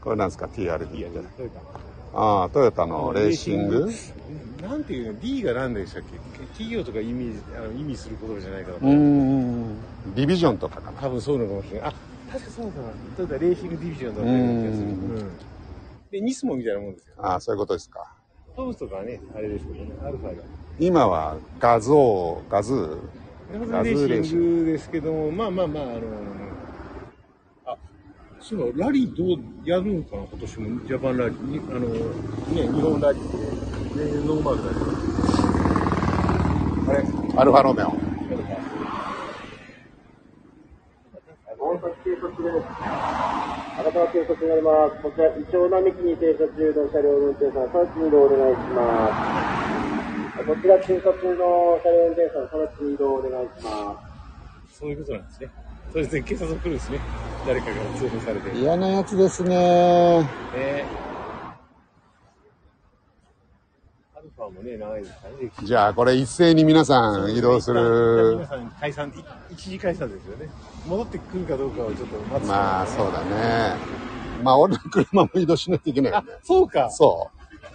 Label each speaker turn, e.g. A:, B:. A: これなんですか ?TRD って。
B: トヨタ
A: ああ、トヨタのレーシング
B: なんていうの D が何でしたっけ企業とか意味あの意味する言葉じゃないから、
A: うーん。ディビジョンとかかな。
B: 多分そうなのかもしれないあ確かそうかなトヨタレーシングディビジョンだったような気がする
A: う
B: うんん、でニスモみたいなもんですよ
A: ああ、そういうことですか。
B: トムスとかはねあれですけどねアルファが
A: 今は画像、画図
B: ガズーレーシングですけども、まあまあまあ、あの、あ、そうだ、ラリーどうやるのかな、今年も、ジャパンラリー、にあの、ね、日本ラリーで、全然ノーマルだよ。あれ
A: アルファロメオ。
C: 大崎警察です。荒川警察になります。こちら、イチョウ並木に停車中の車両の運転手さん、直ちに移動お願いします。こちら、駐車中の車両運転手さん、直ちに移動お願いします。
B: そういうことなんですね。それで警察が来るんですね。誰かが通報されて。ね
A: 嫌なやつですね。
B: アルファもね、長いですからね、歴史
A: じゃあ、これ一斉に皆さん移動す
B: 皆
A: る。
B: さん解散、い一時解散ですよね。戻ってくるかどうかをちょっと待つしかないね
A: まあ、そうだね。まあ、俺の車も移動しないといけないよ
B: あ
A: ね。、
B: そうか。
A: そ